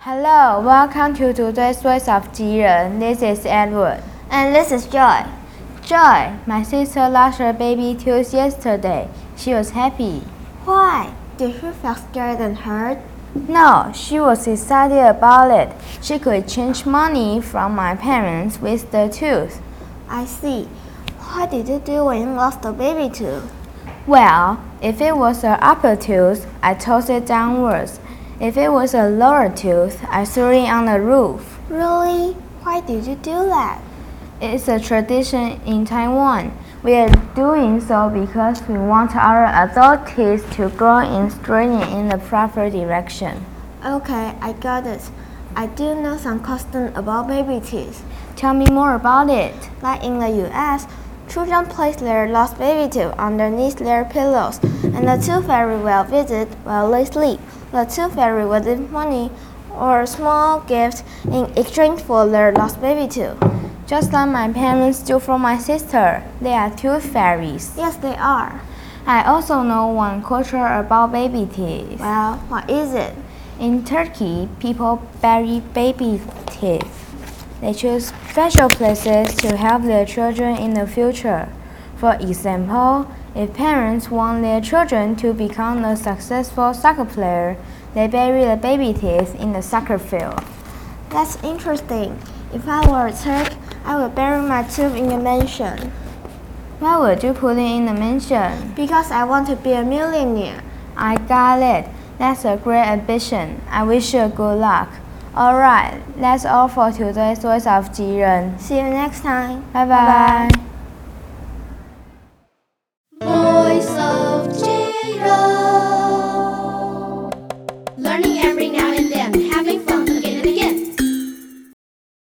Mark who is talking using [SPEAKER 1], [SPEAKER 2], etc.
[SPEAKER 1] Hello, welcome to today's Voice of Jiren. This is Edward.
[SPEAKER 2] And this is Joy.
[SPEAKER 1] Joy, my sister lost her baby tooth yesterday. She was happy.
[SPEAKER 2] Why? Did you feel scared and hurt?
[SPEAKER 1] No, she was excited about it. She could change money from my parents with the tooth.
[SPEAKER 2] I see. What did you do when you lost the baby too?
[SPEAKER 1] Well, if it was an upper tooth, I tossed it downwards. If it was a lower tooth, I threw it on the roof.
[SPEAKER 2] Really? Why did you do that?
[SPEAKER 1] It's a tradition in Taiwan. We are doing so because we want our adult kids to grow in straight in the proper direction.
[SPEAKER 2] Okay, I got it. I do know some custom about baby teeth.
[SPEAKER 1] Tell me more about it.
[SPEAKER 2] Like in the US, children place their lost baby tooth underneath their pillows, and the tooth fairy will visit while they sleep. The tooth fairy will give money or a small gift in exchange for their lost baby tooth.
[SPEAKER 1] Just like my parents do for my sister, they are tooth fairies.
[SPEAKER 2] Yes, they are.
[SPEAKER 1] I also know one culture about baby teeth.
[SPEAKER 2] Well, what is it?
[SPEAKER 1] In Turkey, people bury baby teeth. They choose special places to help their children in the future. For example, if parents want their children to become a successful soccer player, they bury the baby teeth in the soccer field.
[SPEAKER 2] That's interesting. If I were a Turk, I would bury my tooth in a mansion
[SPEAKER 1] Why would you put it in the mansion?
[SPEAKER 2] because I want to be a millionaire.
[SPEAKER 1] I got it. That's a great ambition. I wish you good luck. Alright, that's all for today's Voice of Jiren.
[SPEAKER 2] See you next time.
[SPEAKER 1] Bye bye.